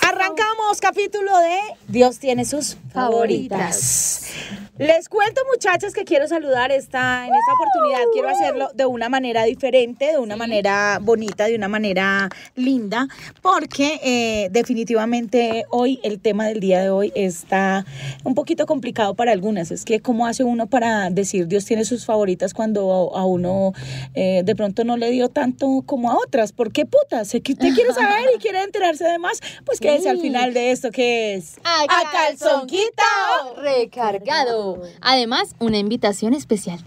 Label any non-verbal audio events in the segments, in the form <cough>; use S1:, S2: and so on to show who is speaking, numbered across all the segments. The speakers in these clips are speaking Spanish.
S1: Arrancamos capítulo de Dios tiene sus favoritas. Les cuento muchachas que quiero saludar esta, en esta oportunidad. Quiero hacerlo de una manera diferente, de una manera bonita, de una manera linda, porque eh, definitivamente hoy el tema del día de hoy está un poquito complicado para algunas. Es que cómo hace uno para decir Dios tiene sus favoritas cuando a, a uno eh, de pronto no le dio tanto como a otras. ¿Por qué putas? Si usted quiere saber y quiere enterarse de más, pues quédese al final de esto que es
S2: A
S1: calzón
S2: calzón
S1: quitao.
S2: recargado. Además, una invitación especial.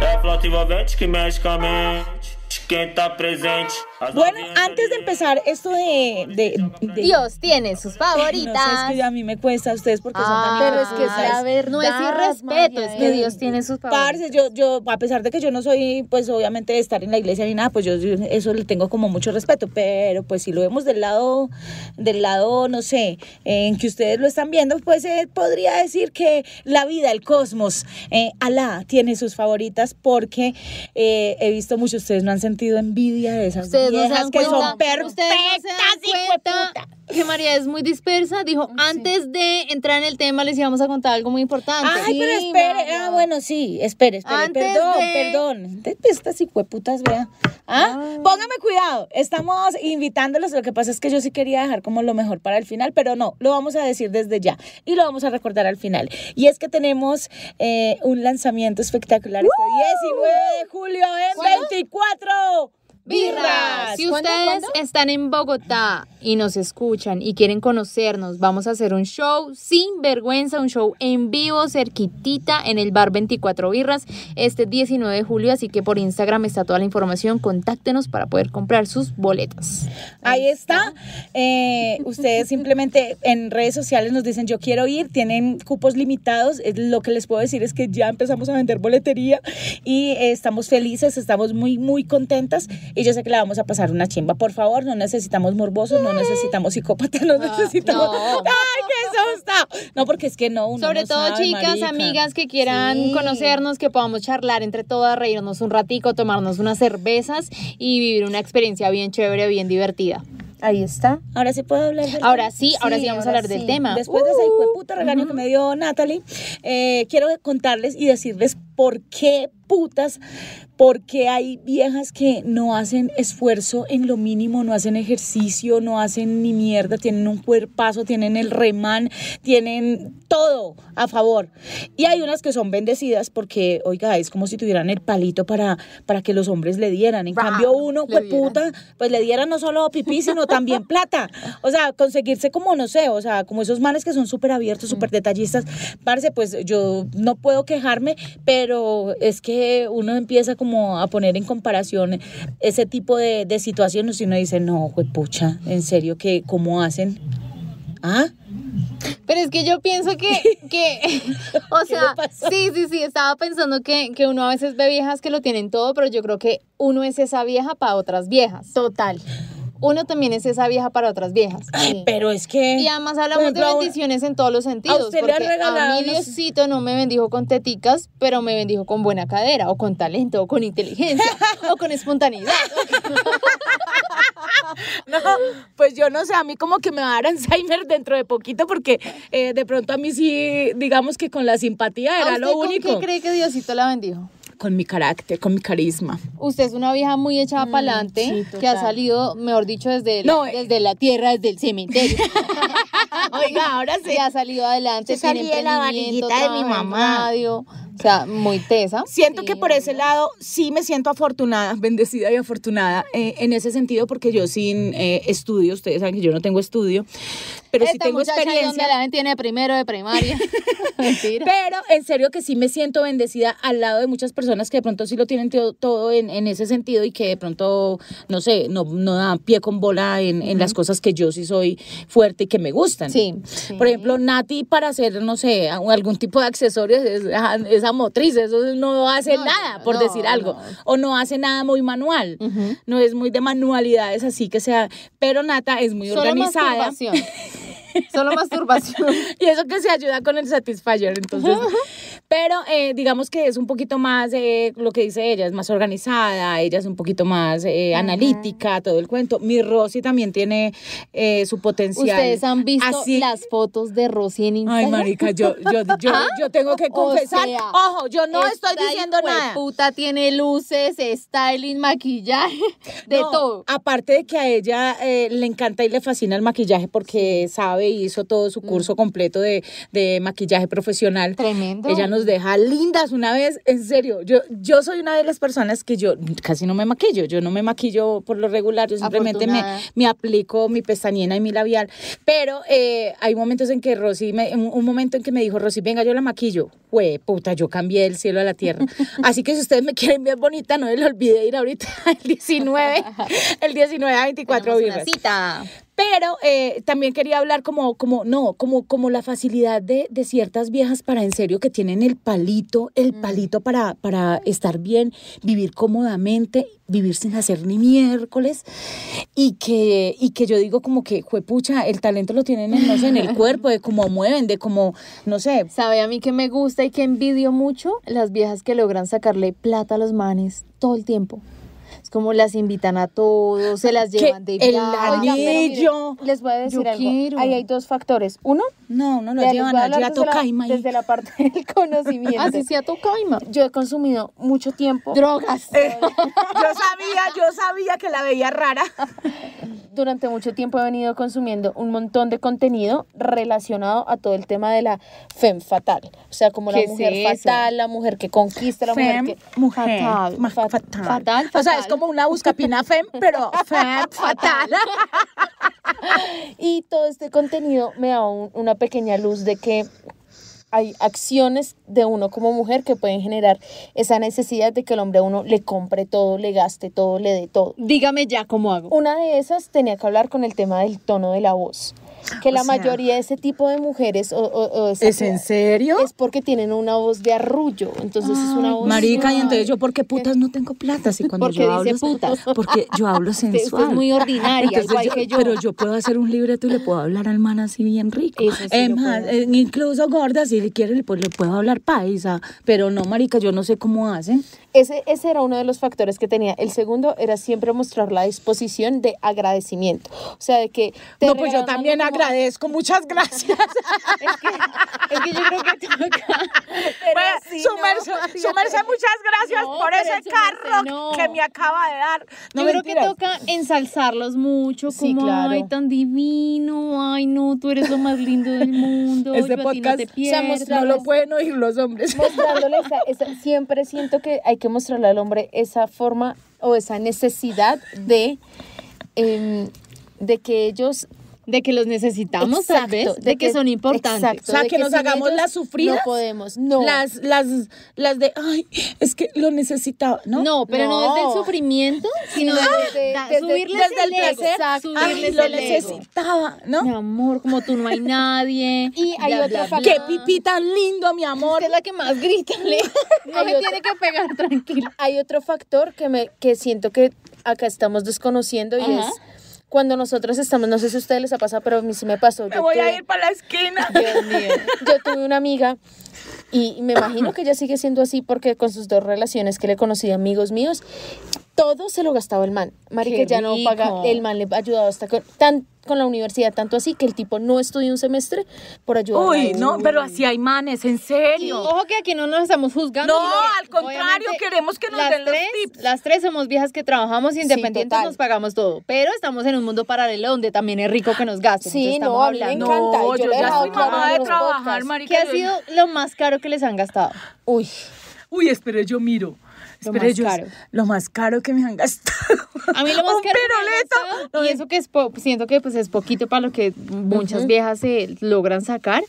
S3: É flauta envolvente que mexe com a mente. de Quem tá presente. As
S1: Bueno,
S3: novinhas
S1: antes de
S3: ali.
S1: empezar esto de... de- de-
S2: Dios tiene
S1: <laughs>
S2: sus
S1: No sé, es
S2: favoritas. Ah,
S1: que a mí me cuesta a ustedes porque son tan
S4: pero es que es
S1: lindas.
S4: la verdad.
S2: No es irrespeto, es que
S4: María.
S2: Dios tiene sus favoritas.
S1: Parce, yo, yo, a pesar de que yo no soy, pues obviamente de estar en la iglesia ni nada, pues yo, yo eso le tengo como mucho respeto, pero pues si lo vemos del lado, del lado, no sé, en que ustedes lo están viendo, pues eh, podría decir que la vida, el cosmos, eh, Alá tiene sus favoritas porque eh, he visto mucho, ustedes no han sentido envidia de esas
S2: Ustedes no se
S1: viejas
S2: dan
S1: que
S2: cuenta,
S1: son perfectas,
S2: ustedes no se dan cuenta
S1: hijueputa.
S2: que María es muy dispersa.
S1: Ah,
S2: Dijo, antes de entrar en el tema les íbamos a contar algo muy importante.
S1: Ay, pero espere. Ah, bueno, sí, espere, espere.
S2: Antes
S1: perdón,
S2: de-
S1: perdón. De- de Estas hijueputas, vea. ¿Ah? Póngame cuidado. Estamos invitándolos. Lo que pasa es que yo sí quería dejar como lo mejor para el final, pero no, lo vamos a decir desde ya. Y lo vamos a recordar al final. Y es que tenemos eh, un lanzamiento espectacular este 19 de julio en 24.
S2: Birras. Si ustedes están en Bogotá y nos escuchan y quieren conocernos, vamos a hacer un show sin vergüenza, un show en vivo, cerquitita, en el bar 24 Birras, este 19 de julio. Así que por Instagram está toda la información. Contáctenos para poder comprar sus boletas.
S1: Ahí está. Eh, ustedes simplemente en redes sociales nos dicen yo quiero ir, tienen cupos limitados. Eh, Lo que les puedo decir es que ya empezamos a vender boletería y eh, estamos felices, estamos muy, muy contentas y yo sé que la vamos a pasar una chimba. Por favor, no necesitamos morbosos, no necesitamos psicópatas, no necesitamos...
S2: Ah,
S1: <laughs>
S2: no.
S1: ¡Ay, qué susto! No, porque es que no, uno
S2: Sobre
S1: no
S2: todo
S1: sabe,
S2: chicas,
S1: marica.
S2: amigas que quieran conocernos, que podamos charlar entre todas, reírnos un ratico, tomarnos unas cervezas y vivir una experiencia bien chévere, bien divertida.
S4: Ahí está.
S1: Ahora sí puedo hablar. del-
S2: Ahora sí, ahora
S4: Sí,
S2: sí vamos a
S4: ahora
S2: hablar del
S4: sí.
S2: tema.
S1: Después de ese puta regaño que me dio Natalie, eh, quiero contarles y decirles por qué putas, por qué hay viejas que no hacen esfuerzo en lo mínimo, no hacen ejercicio, no hacen ni mierda, tienen un cuerpazo, tienen el remán, tienen todo a favor. Y hay unas que son bendecidas porque, oiga, es como si tuvieran el palito para, para que los hombres le dieran. En cambio, uno,
S2: le
S1: pues puta, pues le dieran no solo pipí, sino también plata. O sea, conseguirse como, no sé, o sea, como esos manes que son súper abiertos, súper detallistas. Parce, pues yo no puedo quejarme, pero es que uno empieza como a poner en comparación ese tipo de, de situaciones y uno dice, no, pues pucha, en serio, que ¿cómo hacen? ¿Ah?
S2: Pero es que yo pienso que,
S1: <laughs>
S2: que <laughs> o sea,
S1: le pasó?
S2: sí, sí, sí, estaba pensando que, que uno a veces ve viejas que lo tienen todo, pero yo creo que uno es esa vieja para otras viejas.
S4: Total.
S2: Uno también es esa vieja para otras viejas.
S1: Pero es que...
S2: Y además hablamos
S1: por ejemplo, a
S2: de
S1: una-
S2: bendiciones en todos los sentidos.
S1: usted le
S2: porque
S1: han regalado,
S2: a mí
S1: no sé.
S2: Diosito no me bendijo con teticas, pero me bendijo con buena cadera, o con talento, o
S1: <laughs>
S2: con inteligencia, o con espontaneidad.
S1: No, pues yo no sé, a mí como que me va a dar Alzheimer dentro de poquito porque eh, de pronto a mí sí, digamos que con la simpatía
S2: ¿A
S1: era
S2: usted
S1: lo
S2: con
S1: único.
S2: ¿Qué cree que Diosito la bendijo?
S1: Con mi carácter, con mi carisma.
S2: Usted es una vieja muy echada para adelante, que ha salido, mejor dicho, desde, el-
S1: Mm, No, eh.
S2: desde la tierra, desde el cementerio.
S1: <laughs> Oiga, ahora
S2: que ha salido adelante,
S4: Yo salí
S2: tiene
S4: de la
S2: emprendimiento,
S4: barriguita de mi
S2: trabaja en
S4: mamá.
S2: radio, o sea, muy tesa.
S1: Siento que por ese lado sí me siento afortunada, bendecida y afortunada eh, en ese sentido porque yo sin eh, estudio, ustedes saben que yo no tengo estudio, pero sí
S2: Esta
S1: tengo
S2: muchacha es
S1: experiencia.
S2: donde la gente tiene primero de primaria.
S1: <laughs>
S2: Mentira.
S1: Pero en serio que sí me siento bendecida al lado de muchas personas que de pronto sí lo tienen to- todo en, en ese sentido y que de pronto, no sé, no, no dan pie con bola en, en las cosas que yo sí soy fuerte y que me gustan. Sí. Por ejemplo, Nati para hacer, no sé, algún tipo de accesorios es, es a motriz, eso no hace
S2: No,
S1: nada,
S2: no,
S1: por
S2: no,
S1: decir algo.
S2: no.
S1: O no hace nada muy manual.
S2: Ujú.
S1: No es muy de manualidades así que sea. Pero Nata es muy
S2: Solo
S1: organizada.
S2: masturbación. Solo masturbación.
S1: <laughs> Y eso que se ayuda con el Satisfyer, entonces. Pero eh, digamos que es un poquito más, eh, lo que dice ella, es más organizada, ella es un poquito más eh, analítica, todo el cuento. Mi Rosy también tiene eh, su potencial.
S2: Ustedes han visto
S1: Así-
S2: las fotos de Rosy en Instagram.
S1: Ay, marica, yo, yo, yo, yo tengo que
S2: ¿Ah? O
S1: confesar.
S2: sea,
S1: Ojo, yo no
S2: esta
S1: estoy diciendo nada.
S2: Puta tiene luces, styling, <laughs> maquillaje, de
S1: No,
S2: todo.
S1: Aparte de que a ella eh, le encanta y le fascina el maquillaje porque sabe y hizo todo
S2: Mm.
S1: su curso completo de, de maquillaje profesional.
S2: Tremendo.
S1: Ella nos deja lindas una vez, en serio. Yo, yo soy una de las personas que yo casi no me maquillo. Yo no me maquillo por lo regular. Yo simplemente me,
S2: Afortunada.
S1: me aplico mi pestañina y mi labial. Pero eh, hay momentos en que Rosy, me, un, un momento en que me dijo, Rosy, venga, yo la maquillo. Güey, puta, yo cambié el cielo a la tierra.
S2: <laughs>
S1: Así que si ustedes me quieren ver bonita, no les olvide ir ahorita <laughs> el 19, el 19 a 24
S2: Tenemos una
S1: birras.
S2: cita.
S1: Pero eh, también quería hablar como, como no, como, como la facilidad de, de ciertas viejas para en serio que tienen el palito, el
S5: Mm.
S1: palito para, para estar bien, vivir cómodamente, vivir sin hacer ni miércoles. Y que, y que yo digo como que, juepucha, el talento lo tienen en, no sé,
S5: <laughs>
S1: en el cuerpo, de cómo mueven, de cómo, no sé.
S2: ¿Sabe a mí que me gusta y que envidio mucho? Las viejas que logran sacarle plata a los manes todo el tiempo. Es como las invitan a todos, se las
S1: Que
S2: llevan de
S1: el
S2: viaje.
S1: Oigan, pero mire, anillo.
S5: Les voy a decir
S2: Yo
S5: algo.
S2: quiero.
S5: Ahí hay dos factores. Uno,
S1: No, no lo
S5: les
S1: llevan
S5: voy a
S1: allí
S5: hablar
S1: a
S5: desde la-
S1: Tocaima. y- Ah,
S5: desde la parte <laughs> del conocimiento.
S2: Así se ha tocado, Ima.
S5: Yo he consumido mucho tiempo
S2: Drogas.
S1: <laughs> Yo sabía, yo sabía que la veía rara.
S5: durante mucho tiempo he venido consumiendo un montón de contenido relacionado a todo el tema de la femme fatal. O sea, como la
S2: ¿Qué es
S5: mujer
S2: eso?
S5: fatal, la mujer que conquista, la mujer
S1: Fem,
S5: que...
S1: mujer,
S2: fatal,
S1: ma-
S5: fat-
S1: fatal.
S2: fatal,
S1: O sea, es
S2: fatal.
S1: como una buscapina fem,
S2: <laughs>
S1: pero fem, fatal.
S5: Y todo este contenido me da un- una pequeña luz de que hay acciones de uno como mujer que pueden generar esa necesidad de que el hombre a uno le compre todo, le gaste todo, le dé todo.
S2: Dígame ya cómo hago.
S5: Una de esas tenía que hablar con el tema del tono de la voz. Que
S1: Ah, O
S5: la
S1: sea,
S5: mayoría de ese tipo de mujeres o, o- o esa-
S1: ¿Es en serio?
S5: es porque tienen una voz de arrullo. Entonces es una voz.
S1: Marica, y entonces yo, ¿por qué putas no tengo plata? Si cuando
S2: Porque
S1: yo
S2: dice
S1: hablo,
S2: putas.
S1: Porque yo hablo
S2: <laughs> Usted,
S1: sensual.
S2: usted es muy ordinaria,
S1: Entonces
S2: igual
S1: yo-
S2: que yo.
S1: Pero yo puedo hacer un libreto y le puedo hablar al man así bien rico.
S2: Eso sí
S1: es
S2: lo
S1: más,
S2: puedo hacer.
S1: eh, incluso gorda, si le quiere, le, pues, le puedo hablar paisa. Pero no, marica, yo no sé cómo hacen.
S5: Ese, ese era uno de los factores que tenía. El segundo era siempre mostrar la disposición de agradecimiento. O sea, de que. te
S1: No, pues yo
S5: regalan
S1: también
S5: algo,
S1: agradezco. Muchas gracias.
S2: Es que yo creo que <laughs>
S5: pero
S6: Pues,
S5: sí,
S6: su,
S5: no.
S6: merced,
S1: <laughs>
S6: su merced, muchas gracias
S2: No,
S6: por
S2: pero
S6: ese
S2: su merced,
S6: carro
S2: no.
S6: que me acaba de dar.
S1: No,
S2: yo creo que
S1: mentiras.
S2: toca ensalzarlos mucho,
S5: Sí,
S2: como
S5: claro.
S2: ay, tan divino, ay no, tú eres lo más lindo del mundo,
S1: Este
S2: yo a ti no
S1: podcast
S2: te
S1: se ha
S2: pierdes.
S1: mostrado lo pueden oír los hombres.
S5: Mostrándole esa- esa- siempre siento que hay que mostrarle al hombre esa forma o esa necesidad de. em, de que ellos
S2: de que los necesitamos tal
S5: Exacto,
S2: vez, de, que, son importantes.
S5: exacto,
S1: <laughs> O sea,
S5: de
S1: que nos
S5: sin
S1: hagamos
S5: ellos
S1: las sufridas.
S5: No podemos, no.
S1: Las, las, las de, ay, es que lo necesitaba, ¿no?
S2: No, pero no, desde el
S5: No.
S2: sufrimiento, sino
S5: Sino
S2: desde,
S5: desde-
S2: da-
S5: desde-
S2: subirles
S1: Desde el
S2: el ego,
S1: placer,
S2: subirles
S1: ay, lo
S2: el ego.
S1: necesitaba, ¿no?
S2: Mi amor, como tú no hay nadie.
S5: Y hay
S2: bla,
S5: otro
S2: bla,
S5: factor.
S2: bla.
S1: Qué pipi tan lindo, mi amor.
S2: Usted es la que más
S5: <laughs>
S2: grita, le. No
S5: Hay
S2: me
S5: otro-
S2: tiene que pegar, tranquila.
S5: Hay otro factor que me que siento que acá estamos desconociendo y
S2: Ajá.
S5: es cuando nosotros estamos, no sé si a ustedes les ha pasado, pero a mí sí me pasó.
S6: Me
S5: Yo
S6: voy a
S5: tuve-
S6: ir para la
S5: <laughs>
S6: esquina.
S5: Dios mío. Yo tuve una amiga y me imagino que ella sigue siendo así porque con sus dos relaciones que le conocí, amigos míos, todo se lo gastaba el man. Marica
S2: Qué
S5: ya no
S2: rico.
S5: paga, el man le ha ayudado hasta con, tan, con la universidad, tanto así que el tipo no estudió un semestre por ayudar. a
S1: Uy,
S5: uno.
S1: no, pero así hay manes, en serio.
S2: Ojo que aquí no nos estamos juzgando.
S6: No,
S2: sino que,
S6: al contrario,
S2: obviamente,
S6: queremos que nos
S2: las
S6: den los
S2: tres-
S6: tips.
S2: Las tres somos viejas que trabajamos independientes,
S5: total.
S2: nos pagamos todo. Pero estamos en un mundo paralelo donde también es rico que nos gasten.
S5: Sí,
S2: entonces estamos
S5: no, a mí me
S2: hablando.
S5: encanta.
S1: No,
S5: yo
S1: yo
S5: le he
S1: ya
S5: dejado
S1: soy
S5: claro
S1: mamá
S5: en
S1: de
S5: los
S1: trabajar,
S5: podcasts.
S1: marica.
S2: ¿Qué ha
S1: yo-
S2: sido lo más caro que les han gastado?
S5: Uy,
S1: Uy, espere, yo miro. Lo más caro. Lo más caro que me han gastado.
S2: A
S1: <laughs>
S2: mí lo más
S1: Un
S2: caro que me
S1: pirulito.
S2: ha gustado, y eso que es po- siento que pues es poquito para lo que muchas viejas se logran sacar.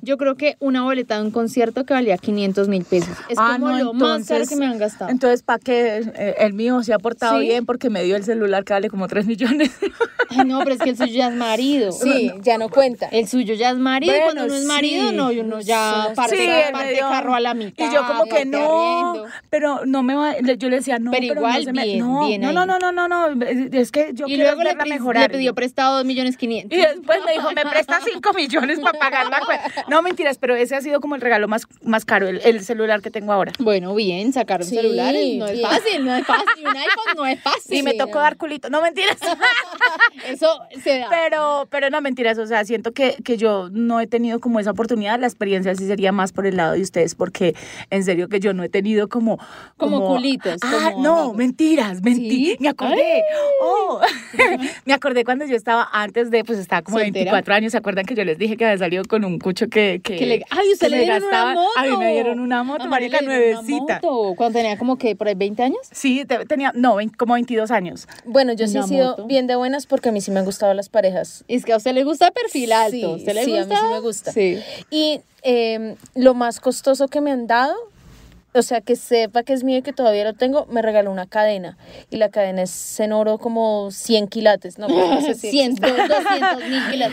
S2: Yo creo que una boleta de un concierto que valía 500 mil pesos. Es
S1: Ah,
S2: como
S1: no,
S2: lo más caro
S1: entonces-
S2: que me han gastado.
S1: Entonces, ¿para qué? Eh, El mío se ha portado
S2: Sí.
S1: bien porque me dio el celular que vale como 3 millones. <laughs>
S2: Ay, no, pero es que el suyo ya es marido.
S5: Sí, ya no cuenta.
S2: El suyo ya es marido.
S1: Bueno,
S2: y cuando uno es marido,
S1: sí.
S2: no, y uno ya parte,
S1: Sí, él me
S2: parte
S1: dio-
S2: carro a la mitad.
S1: Y yo como que
S2: parte
S1: no,
S2: arriendo.
S1: pero no me va, le- yo le decía, no,
S2: Pero
S1: pero,
S2: igual
S1: no se me-
S2: bien,
S1: no,
S2: bien
S1: no,
S2: ahí.
S1: no, no, no, no, no, es que yo
S2: Y
S1: quiero
S2: luego le,
S1: verla
S2: pre-
S1: mejorar.
S2: le pidió prestado 2 millones 500.
S1: Y después me dijo, me presta 5 millones para pagar la cuenta. No, mentiras, pero ese ha sido como el regalo más, más caro, el, el celular que tengo ahora.
S2: Bueno, bien, sacaron
S5: Sí,
S2: celulares. No es
S5: bien.
S2: fácil, no es fácil. Un iPhone
S1: <laughs>
S2: no es fácil.
S1: Y me tocó dar culito. No, mentiras.
S2: Eso se da.
S1: Pero, pero no, mentiras. O sea, siento que, que yo no he tenido como esa oportunidad. La experiencia sí sería más por el lado de ustedes, porque en serio que yo no he tenido como.
S2: Como culitos,
S1: Ah,
S2: como
S1: no,
S2: amigos.
S1: mentiras, mentiras. Me acordé. Oh, <laughs> me acordé cuando yo estaba antes de, pues estaba como de
S2: ¿Soltera?
S1: 24 años. ¿Se acuerdan que yo les dije que había salido con un cucho que. que
S2: Que le, ay, usted
S1: que
S2: le
S1: me
S2: dieron una
S1: gastaban?
S2: moto.
S1: A mí me dieron una moto,
S2: A María
S1: marica,
S2: le dieron una
S1: nuevecita.
S2: moto, Cuando tenía como que por ahí 20 años.
S1: Sí, te- tenía, no, vein- como 22 años.
S5: Bueno, yo sí he
S2: Una
S5: sido
S2: moto.
S5: bien de buenas porque a mí sí me han gustado las parejas.
S2: Es que a usted le gusta perfil alto.
S5: Sí,
S2: ¿A usted le
S5: sí, a mí
S2: gusta?
S5: sí me gusta.
S2: Sí.
S5: Y eh, lo más costoso que me han dado, o sea, que sepa que es mío y que todavía lo tengo, me regaló una cadena. Y la cadena es en oro como 100 quilates,
S2: <laughs>
S5: ¿no? no sé si-
S2: 100, 200 mil kilos.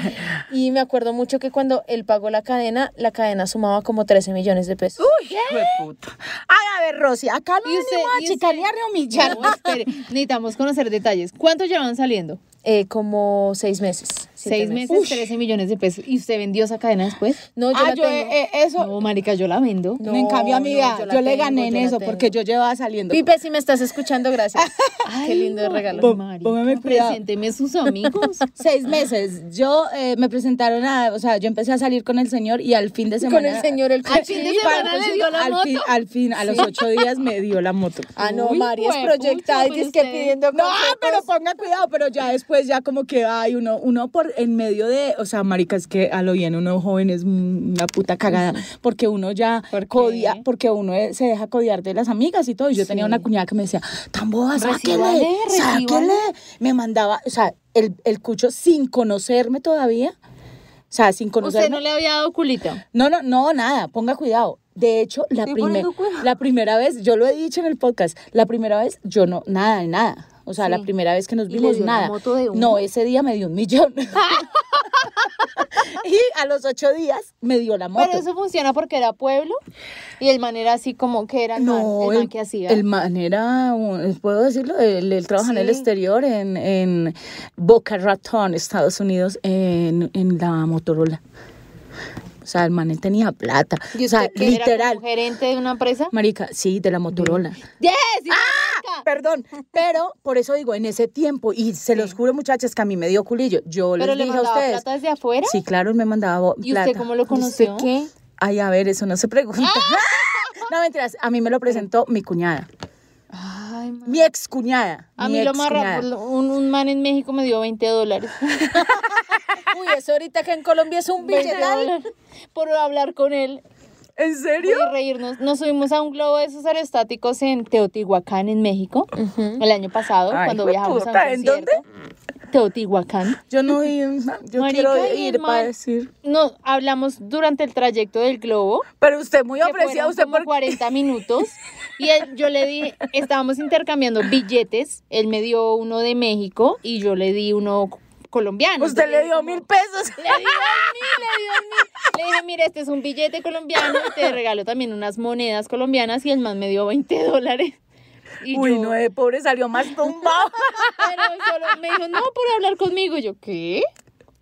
S5: Y me acuerdo mucho que cuando él pagó la cadena, la cadena sumaba como 13 millones de pesos.
S1: Uy, puta. Ay, a ver, Rosy, acá no
S2: Y usted-
S1: venimos
S2: y
S1: a
S2: usted-
S1: chicanear ni a humillar.
S2: No, espere, necesitamos conocer detalles. ¿Cuánto llevan saliendo?
S5: Eh, como seis meses. siete
S2: Seis meses, 13 millones de pesos. ¿Y usted vendió esa cadena después?
S5: No, yo
S1: Ah,
S5: la
S1: yo,
S5: tengo.
S1: eh, eh, eso,
S2: No, marica, yo la vendo.
S5: No,
S1: en cambio,
S5: no,
S1: amiga, yo,
S5: la
S1: le
S5: tengo,
S1: gané en
S5: yo la
S1: eso
S5: tengo.
S1: porque yo llevaba saliendo.
S5: Pipe, si me estás escuchando, gracias.
S2: <laughs> Ay,
S5: Qué lindo
S2: no,
S5: regalo.
S1: Pon-
S2: marica,
S1: póngame cuidado.
S2: Presénteme a sus amigos. <laughs>
S1: Seis meses. Yo eh, me presentaron a, o sea, yo empecé a salir con el señor y al fin de semana.
S5: Con el señor el
S2: Al fin
S1: para
S2: de
S1: el
S2: semana le
S1: concierto,
S2: dio la
S1: al
S2: moto.
S1: Fin, al fin, a los ocho días me dio la moto.
S5: Ah, no,
S2: Uy,
S5: Mari es
S2: juepucha,
S5: proyectada y
S2: pero
S5: dice que
S2: usted-
S5: pidiendo
S1: No,
S5: consejos.
S1: pero ponga cuidado, pero ya después ya como que ay, uno, uno por en medio de, o sea, marica, es que a lo bien uno joven es un- una puta cagada, porque uno ya
S2: ¿Por qué?
S1: codia, porque uno eh, se deja codiar de las amigas y todo. Y Yo tenía una cuñada que me decía, tan boba,
S2: Recíbale,
S1: sáquele,
S2: recíbale".
S1: sáquele. Me mandaba, o sea, el, el cucho sin conocerme todavía. O sea, sin conocerme.
S2: Usted no le había dado culito.
S1: No, no, no, nada, ponga cuidado. De hecho, la, primer- la primera vez, yo lo he dicho en el podcast, la primera vez yo no, nada, nada. O sea, la primera vez que nos
S2: le
S1: vimos,
S2: dio la
S1: nada.
S2: moto de una?
S1: no, ese día me dio un millón. <laughs> y a los ocho días me dio la moto.
S2: Pero eso funciona porque era pueblo y el man era así como que era el, man, el man que hacía.
S1: el man era un- puedo decirlo, él, él trabaja en el exterior, en, en Boca Raton, Estados Unidos, en, en la Motorola. O sea, el man él tenía plata.
S2: ¿Y
S1: o sea,
S2: usted qué era como
S1: literal.
S2: gerente de una empresa? Ah,
S1: Marica, sí, de la Motorola.
S2: ¡Yes!
S1: Perdón, pero por eso digo, en ese tiempo, y se los juro, muchachas, que a mí me dio culillo. Yo
S2: Pero
S1: les
S2: le
S1: dije a
S2: mandaba
S1: ustedes.
S2: plata desde afuera.
S1: Sí, claro, él me mandaba bo-
S2: ¿Y usted
S1: plata.
S2: cómo Ah. lo conoció?
S1: ¿Usted qué? Ay, a ver, eso no se pregunta. <laughs> no, mentiras, a mí me lo presentó mi cuñada,
S2: Ay, man.
S1: mi ex cuñada.
S2: A mí lo más rápido, un, un man en México me dio 20 dólares.
S5: Uy, eso ahorita que en Colombia es un
S2: 20
S5: billetal.
S2: dólares Pues por hablar con él
S1: ¿En
S2: y
S1: serio?
S2: reírnos. Nos subimos a un globo de esos aerostáticos en Teotihuacán, en México, el año pasado,
S1: Ay,
S2: cuando
S1: hijo de
S2: viajamos a un
S1: puta, ¿en dónde?
S2: concierto. Teotihuacán.
S1: Yo no
S2: <laughs>
S1: vi, yo
S2: Marica,
S1: quiero
S2: y el
S1: ir para
S2: man-
S1: decir.
S2: No, hablamos durante el trayecto del globo.
S1: Pero usted muy
S2: que
S1: ofrecida,
S2: fueron
S1: usted
S2: como
S1: por
S2: 40 minutos. Y él- yo le di, estábamos intercambiando billetes. Él me dio uno de México y yo le di uno co- colombiano.
S1: <laughs> usted
S2: Entonces
S1: le dio
S2: como-
S1: mil pesos.
S2: <laughs> Le dio mil, le dio mil. Le dije, mira, este es un billete colombiano. Te regalo también unas monedas colombianas y el man me dio 20 dólares. Y
S1: Uy,
S2: yo-
S1: no, de pobre salió más tumbado.
S2: Pero solo me dijo, no, por hablar conmigo. Y yo, ¿qué?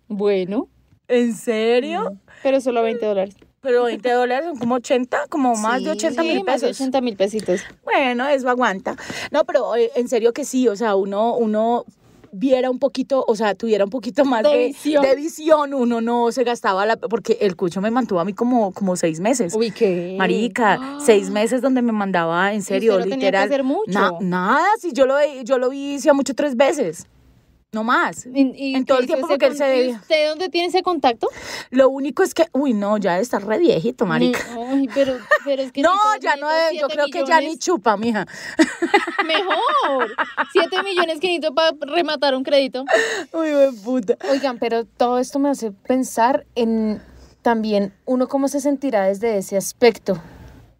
S2: Bueno,
S1: ¿En serio?
S2: pero solo 20 dólares.
S1: Pero 20 dólares son como 80, como más de 80
S2: Sí,
S1: mil
S2: más de
S1: pesos.
S2: 80 mil pesitos.
S1: Bueno, eso aguanta. No, pero eh, en serio que sí, o sea, uno, uno viera un poquito, o sea, tuviera un poquito más
S2: De
S1: de,
S2: visión.
S1: de visión, uno no se gastaba la, porque el cucho me mantuvo a mí como, como seis meses.
S2: Uy, ¿qué?
S1: Marica, seis meses donde me mandaba, en serio,
S2: usted no tenía que
S1: literal.
S2: hacer mucho.
S1: na- nada, si yo lo, ve- yo lo vi, hacía mucho tres veces.
S7: No más.
S5: Y- y
S7: en todo el
S5: que
S7: tiempo
S5: ese
S7: porque él se
S5: con- ¿y
S7: debía.
S5: ¿Usted dónde tiene ese contacto?
S7: Lo único es que, uy, no, ya está re viejito, <laughs> marica.
S5: Ni- Ay, pero, pero es
S7: <laughs>
S5: que
S7: No,
S5: necesito-
S7: ya no,
S5: necesito
S7: es, yo
S5: siete
S7: creo que ya ni
S5: millones.
S7: chupa, mija.
S5: Mejor. Siete millones que necesito para rematar un crédito.
S7: Uy, buen puta.
S5: Oigan, pero todo esto me hace pensar en también uno cómo se sentirá desde ese aspecto.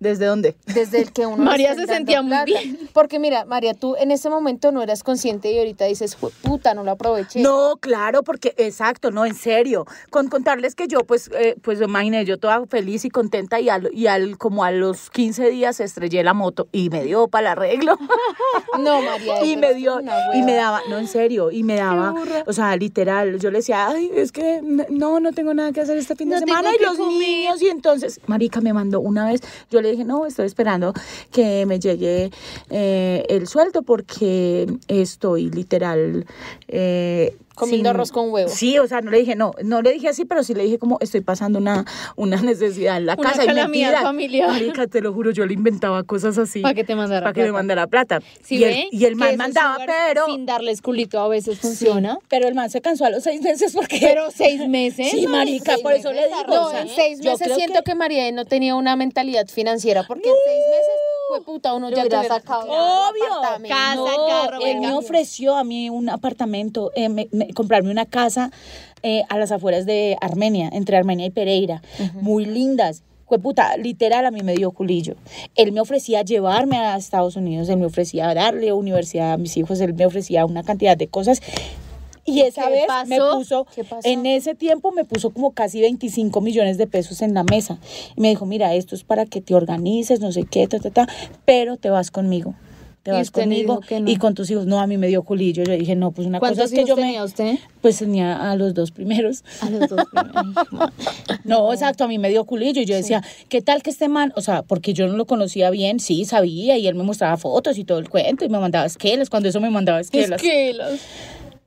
S7: ¿Desde dónde?
S5: Desde el
S2: <laughs>
S5: que uno. le
S2: María
S5: estén
S2: se
S5: dando
S2: sentía muy
S5: plata.
S2: bien.
S5: Porque mira, María, tú en ese momento no eras consciente y ahorita dices, "Jue- puta, no lo aproveché.
S7: No, claro, porque exacto, no, en serio. Con contarles que yo, pues, eh, pues imagínate, yo toda feliz y contenta y, al, y al, como a los 15 días estrellé la moto y me dio para el arreglo.
S5: No, María.
S7: y
S5: pero
S7: me
S5: esto
S7: dio,
S5: es una
S7: y me
S5: hueva.
S7: daba, no, en serio, y me daba, o sea, literal, yo le decía, ay, es que n- no, no tengo nada que hacer este fin de
S5: No tengo
S7: semana y
S5: que
S7: los
S5: comer".
S7: niños, y entonces, Marica me mandó una vez, yo le dije, no, estoy esperando que me llegue eh, el sueldo porque estoy literal... eh,
S5: Comiendo arroz con huevo.
S7: Sí, o sea, no le dije, no, no le dije así, pero sí le dije como estoy pasando una, una necesidad en la
S2: Una
S7: casa. y
S2: calamidad
S7: mentira,
S2: familiar.
S7: Marica, te lo juro, yo le inventaba cosas así.
S2: Pa' que te mandara
S7: Para que me
S2: plata.
S7: mandara plata.
S2: ¿Sí
S7: y,
S2: ve?
S7: el, y el
S2: Que
S7: man
S2: esos
S7: mandaba,
S2: sugar
S7: pero.
S2: Sin darles culito a veces funciona.
S1: Pero el man se cansó a los seis meses porque.
S2: Pero seis meses.
S1: <laughs> Sí, marica, por eso le digo.
S5: No,
S1: o sea,
S2: ¿eh?
S5: en seis
S1: yo
S5: meses
S1: creo
S5: siento que... María no tenía una mentalidad financiera, porque en seis meses,
S2: pues,
S5: fue puta, uno ya
S2: hubiera
S5: tuviera
S2: sacado.
S1: Obvio,
S5: apartamento.
S2: Casa,
S1: No,
S2: carro,
S1: él me
S2: venga.
S1: ofreció a mí un apartamento, eh, me- me- comprarme una casa eh, a las afueras de Armenia, entre Armenia y Pereira, muy lindas. Jueputa, literal a mí me dio culillo. Él me ofrecía llevarme a Estados Unidos, él me ofrecía darle universidad a mis hijos, él me ofrecía una cantidad de cosas. Y esa
S2: qué
S1: vez me
S2: pasó?
S1: puso,
S5: ¿Qué pasó?
S1: en ese tiempo me puso como casi 25 millones de pesos en la mesa. Y me dijo, mira, esto es para que te organices, no sé qué, ta, ta, ta, pero te vas conmigo. Te
S2: Y
S1: vas
S2: usted le dijo
S1: conmigo
S2: que no.
S1: y con tus hijos. No, a mí me dio culillo. Yo dije, no, pues una cosa
S2: ¿Cuántos
S1: es que
S2: hijos
S1: yo
S2: tenía
S1: me...
S2: usted?
S1: Pues tenía a los dos primeros.
S2: A los dos.
S1: <laughs> No, exacto, a mí me dio culillo y yo decía, ¿qué tal que este man? O sea, porque yo no lo conocía bien, sí, sabía y él me mostraba fotos y todo el cuento y me mandaba esquelas, cuando eso me mandaba esquelas.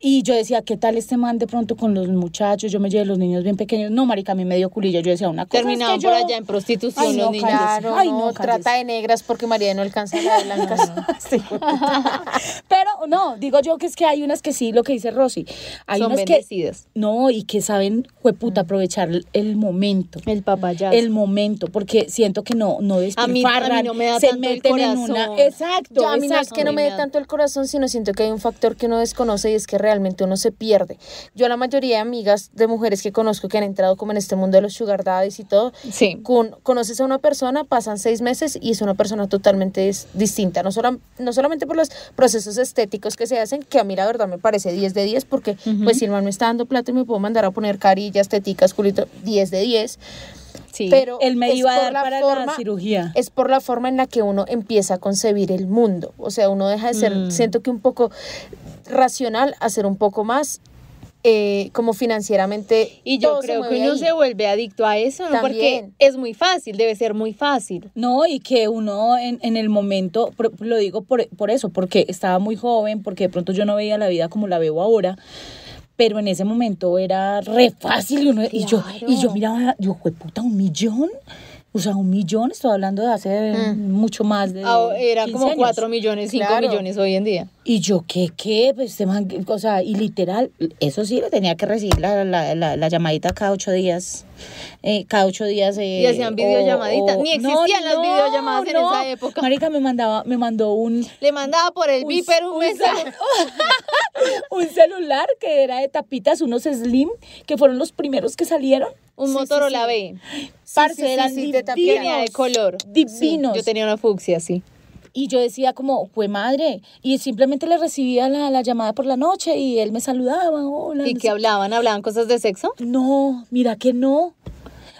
S1: Y yo decía, ¿qué tal este man de pronto con los muchachos? Yo me llevé los niños bien pequeños. No, marica, a mí me dio culillo. Yo decía, una cosa es que
S2: Terminaban
S1: yo-
S2: por allá en prostitución
S1: Ay,
S2: los
S1: no,
S2: niños.
S5: Claro,
S1: Ay,
S5: no,
S1: no, cállese.
S5: trata de negras porque María no alcanza la de blancas.
S1: <laughs> Sí, hijueputa. Pero no, digo yo que es que hay unas que sí, lo que dice Rosy. Hay
S2: Son
S1: unas
S2: bendecidas.
S1: que no y que saben, jueputa, aprovechar el- el momento.
S2: El papayazo.
S1: El momento, porque siento que no, no
S2: a mí
S1: despilfarran,
S2: no me da
S1: se
S2: tanto el
S1: meten en una.
S2: corazón.
S1: Exacto,
S5: Ya, a mí no es
S1: exacto.
S5: que no me dé tanto el corazón, sino siento que hay un factor que uno desconoce y es que realmente uno se pierde. Yo la mayoría de amigas de mujeres que conozco que han entrado como en este mundo de los sugar daddies y todo,
S2: Sí.
S5: con- conoces a una persona, pasan seis meses y es una persona totalmente dis- distinta. No, solam- no solamente por los procesos estéticos que se hacen, que a mí la verdad me parece 10 de 10, porque pues si el man me está dando plata y me puedo mandar a poner carillas, teticas, culito, 10 de 10.
S2: Sí.
S5: Pero
S1: Él me
S5: es
S1: iba a
S5: por
S1: dar
S5: la
S1: para la
S5: forma-
S1: cirugía.
S5: Es por la forma en la que uno empieza a concebir el mundo. O sea, uno deja de ser,
S2: Mm.
S5: siento que un poco racional, a ser un poco más eh, como financieramente.
S2: Y yo
S5: todo se
S2: creo que
S5: mueve
S2: uno
S5: ahí.
S2: se vuelve adicto a eso, ¿no?
S5: También.
S2: Porque es muy fácil, debe ser muy fácil.
S1: No, y que uno en, en el momento, por- lo digo por, por eso, porque estaba muy joven, porque de pronto yo no veía la vida como la veo ahora, pero en ese momento era re fácil. uno- y, yo, y yo miraba, yo, puta, un millón. O sea, un millón, estoy hablando de hace mucho más de.
S2: Mm. Ah, Era
S1: 15
S2: como
S1: años.
S2: 4 millones, 5
S5: Claro.
S2: millones hoy en día.
S1: Y yo, ¿qué, qué? Pues, este man, o sea, y literal, eso sí, le tenía que recibir la, la, la, la llamadita cada ocho días. eh, cada ocho días. eh,
S2: Y hacían
S1: o-
S2: videollamaditas. Ni
S1: no,
S2: existían las
S1: no,
S2: videollamadas en
S1: no.
S2: esa época.
S1: Marica me mandaba, me mandó un,
S2: Le mandaba por el viper un <laughs> mensaje.
S1: <laughs> un celular que era de tapitas, unos slim, que fueron los primeros que salieron.
S2: Un Motorola B.
S1: Parce,
S5: sí,
S1: eran
S5: sí, de
S1: divinos.
S5: tapitas.
S2: Tenía de color.
S1: Divinos.
S2: Yo tenía una fucsia, sí.
S1: Y yo decía como, fue madre. Y simplemente le recibía la, la llamada por la noche y él me saludaba. Hola,
S2: ¿Y
S1: no
S2: que
S1: sé
S2: hablaban? ¿Hablaban cosas de sexo?
S1: No, mira que no.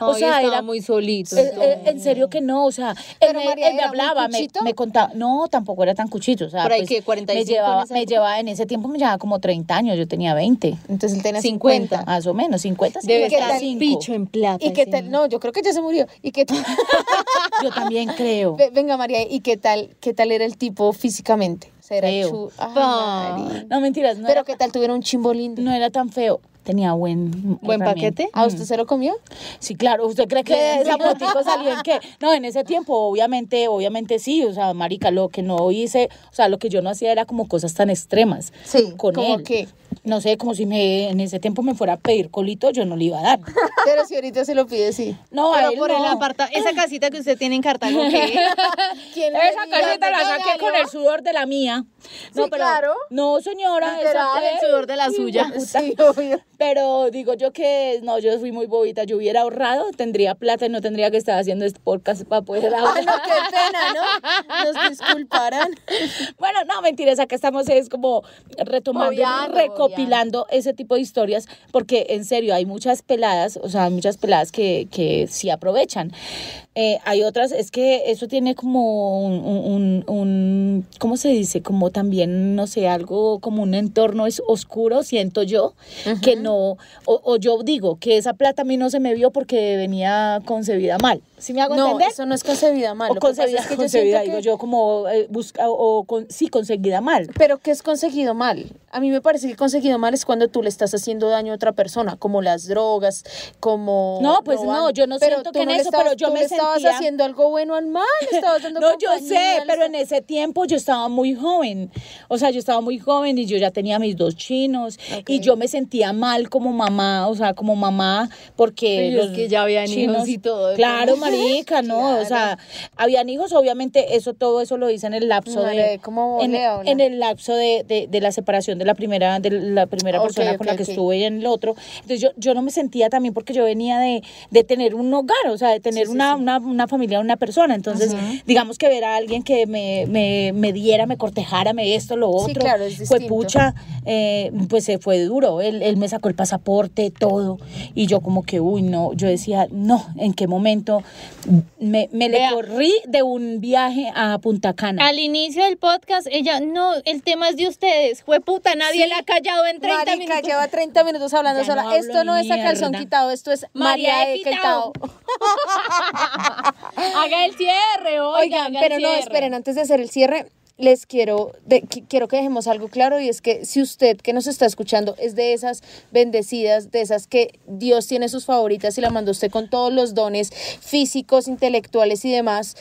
S1: o
S2: Ay,
S1: sea,
S2: estaba
S1: era
S2: muy solito.
S1: Eh, eh, en serio que no, o sea, él,
S5: Pero,
S1: me-
S5: María,
S1: él me
S5: ¿era muy
S1: hablaba, me,
S5: cuchito?
S1: me contaba, no, tampoco era tan cuchito, o sea,
S2: ¿Por ahí
S1: pues,
S2: qué,
S1: me
S2: 45
S1: llevaba,
S2: en esa
S1: me
S2: época?
S1: llevaba en ese tiempo me llevaba como 30 años, yo tenía 20,
S5: Entonces él tenía
S2: 50.
S5: 50.
S1: más o menos, 50,
S2: Debe
S5: qué
S2: estar
S5: tal
S1: 55.
S2: picho en plata.
S5: Y qué
S2: ese
S5: tal, no, yo creo que ya se murió. Y
S2: <laughs>
S5: qué tal,
S1: <laughs> Yo también creo.
S5: Ve- venga María, ¿y qué tal, qué tal era el tipo físicamente? O sea, era
S1: Feo.
S5: chu- Ay,
S2: Pa.
S5: Mari.
S1: No, mentiras, no,
S5: Pero
S1: era,
S5: qué tal tuviera un chimbo lindo.
S1: no era tan feo. tenía buen
S5: ¿Buen
S1: herramienta.
S5: paquete? ¿A
S2: Mm.
S5: usted se lo comió?
S1: Sí, claro. ¿Usted cree que de esa fotico salió en qué? No, en ese tiempo, obviamente, obviamente sí. O sea, marica, lo que no hice, o sea, lo que yo no hacía era como cosas tan extremas.
S5: Sí,
S1: Con
S5: ¿como
S1: él.
S5: qué?
S1: No sé, como si me, en ese tiempo me fuera a pedir colito, yo no le iba a dar.
S5: Pero si ahorita se lo pide, sí.
S1: No, a
S2: Pero
S1: él
S2: por
S1: no.
S2: el aparta, esa casita que usted tiene en Cartago, ¿qué?
S5: ¿Quién le
S1: Esa
S5: diga?
S1: casita la
S5: ¿Qué
S1: saqué con
S5: regalo?
S1: el sudor de la mía. No, pero,
S5: Sí, claro.
S1: No, señora. esa
S2: Literal, el
S1: fue-
S2: sudor
S1: <laughs>
S2: de
S5: <laughs>
S2: la suya.
S1: puta.
S5: Sí, obvio.
S1: Pero digo yo que no, yo fui muy bobita. Yo hubiera ahorrado, tendría plata y no tendría que estar haciendo este podcast para poder
S5: Ah,
S1: ahorrar.
S5: no, qué pena, ¿no? Nos disculparán.
S1: Bueno, no, mentiras, acá estamos es como retomando,
S5: Obviando,
S1: recopilando ese tipo de historias, porque en serio hay muchas peladas, o sea, hay muchas peladas que, que sí aprovechan. Eh, hay otras, es que eso tiene como un, un- un- un- ¿cómo se dice? Como también, no sé, algo como un entorno es oscuro, siento yo, que no, o, o yo digo que esa plata a mí no se me vio porque venía concebida mal. ¿Sí me hago
S5: No,
S1: entender?
S5: eso no es concebida mal.
S1: o
S5: lo que pasa
S1: concebida,
S5: es que yo
S1: concebida,
S5: siento
S1: digo
S5: que-
S1: yo, como eh, busca, o con- sí, conseguida mal.
S5: Pero ¿qué es conseguido mal? A mí me parece que conseguido mal es cuando tú le estás haciendo daño a otra persona, como las drogas, como...
S1: No, pues
S5: robando.
S1: no, yo no
S5: Pero
S1: siento
S5: tú
S1: que en
S5: le
S1: eso,
S5: estabas-
S1: pero yo
S5: tú
S1: me
S5: le estabas
S1: sentía-
S5: haciendo algo bueno al mal, le estabas
S1: <laughs>
S5: dando
S1: No, yo
S5: compañía,
S1: sé, pero
S5: le estabas-
S1: en ese tiempo yo estaba muy joven. O sea, yo estaba muy joven y yo ya tenía mis dos chinos y yo me sentía mal como mamá, o sea, como mamá, porque
S2: Pero es que ya habían hijos y todo, de <laughs>
S1: Claro,
S2: pronto.
S1: marica, no, o sea, habían hijos, obviamente eso todo eso lo hice en el lapso
S5: Madre,
S1: de
S5: ¿cómo
S1: en,
S5: le habla?
S1: en el lapso de, de- de la separación de la primera de la primera
S5: Ok,
S1: persona
S5: ok,
S1: con la que
S5: ok.
S1: estuve y en el otro. Entonces yo, yo no me sentía también porque yo venía de, de tener un hogar, o sea, de tener una, Una, una familia, una persona. Entonces, digamos que ver a alguien que me, me, me diera, me cortejara, me esto, lo otro.
S5: Sí, claro, es
S1: fue
S5: distinto.
S1: pucha, eh, pues se fue duro. Él, él me sacó el pasaporte, todo. Y yo como que, uy, no, yo decía, no, ¿en qué momento? Me, me le
S2: Vea.
S1: corrí de un viaje a Punta Cana.
S2: <laughs> Al inicio del podcast, ella, no, el tema es de ustedes. Fue puta, nadie la ha callado en 30
S5: Marica,
S2: minutos.
S5: lleva 30 minutos hablando
S1: Ya
S5: sola.
S1: no hablo
S5: esto no
S1: ni
S5: es a calzón
S1: mierda.
S5: quitado, esto es
S2: María
S5: María
S2: de
S5: de quitado.
S2: <laughs> Haga el cierre, oiga,
S5: Oigan,
S2: haga el
S5: pero no,
S2: cierre.
S5: esperen, antes de hacer el cierre, les quiero, de- qui- quiero que dejemos algo claro y es que si usted que nos está escuchando es de esas bendecidas, de esas que Dios tiene sus favoritas y la mandó a usted con todos los dones físicos, intelectuales y demás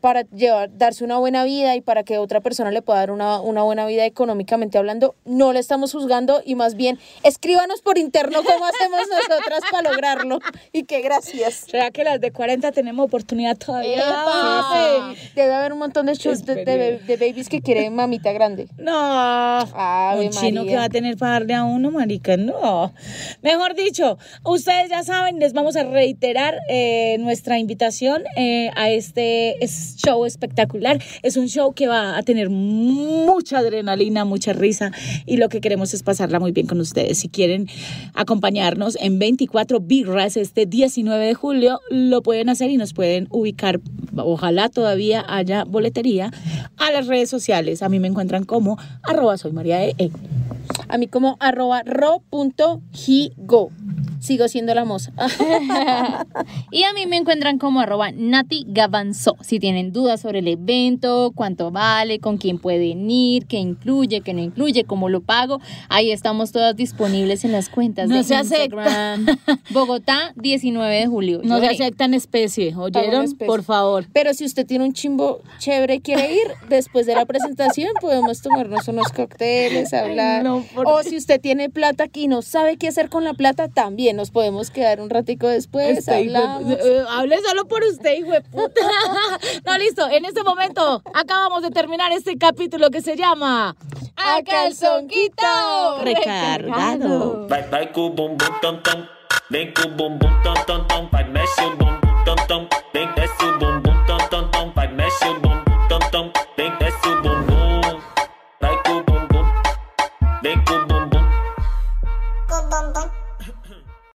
S5: para llevar, darse una buena vida y para que otra persona le pueda dar una, una buena vida económicamente hablando, no la estamos juzgando y más bien escríbanos por interno cómo hacemos nosotras para lograrlo y que gracias.
S1: ¿Será que las de 40 tenemos oportunidad todavía?
S2: ¡Epa!
S1: Sí, sí.
S5: Debe haber un montón de, chus- de, de- de babies que quieren mamita grande.
S1: No.
S5: Ave
S1: un chino
S5: María.
S1: que va a tener para darle a uno, marica, no. Mejor dicho, ustedes ya saben, les vamos a reiterar eh, nuestra invitación eh, a este es- show espectacular. Es un show que va a tener mucha adrenalina, mucha risa y lo que queremos es pasarla muy bien con ustedes. Si quieren acompañarnos en 24 Birras este 19 de julio, lo pueden hacer y nos pueden ubicar, ojalá todavía haya boletería, a las redes sociales. A mí me encuentran como arroba soy María de E.
S5: A mí como arroba ro.higo. Sigo siendo la moza. Ah.
S2: Y a mí me encuentran como arroba Nati Gavanzó. Si tienen dudas sobre el evento, cuánto vale, con quién pueden ir, qué incluye, qué no incluye, cómo lo pago, ahí estamos todas disponibles en las cuentas
S1: No
S2: de
S1: se acepta.
S2: Instagram. Bogotá, 19 de julio.
S1: No se
S2: Lloré.
S1: aceptan especie, ¿oyeron?
S5: especie.
S1: Por favor.
S5: Pero si usted tiene un chimbo chévere y quiere ir, después de la presentación podemos tomarnos unos cócteles, hablar.
S1: no, por-
S5: o si usted tiene plata y no sabe qué hacer con la plata, también nos podemos quedar un ratico después,
S1: Este hijo de-
S5: Pues hablamos.
S1: eh, hable solo por usted, hijo de puta. <laughs> No, listo. En este momento acabamos de terminar este capítulo que se llama
S5: ¡A calzón quitado!
S1: Recargado.
S3: Vai, vai com o bumbum tam tam. Vem com o bumbum tam tam tam. Vai, mexe o bumbum tam tam. Vem, desce o bumbum tam tam tam. Vai, mexe o bumbum tam tam. Vem, desce o bumbum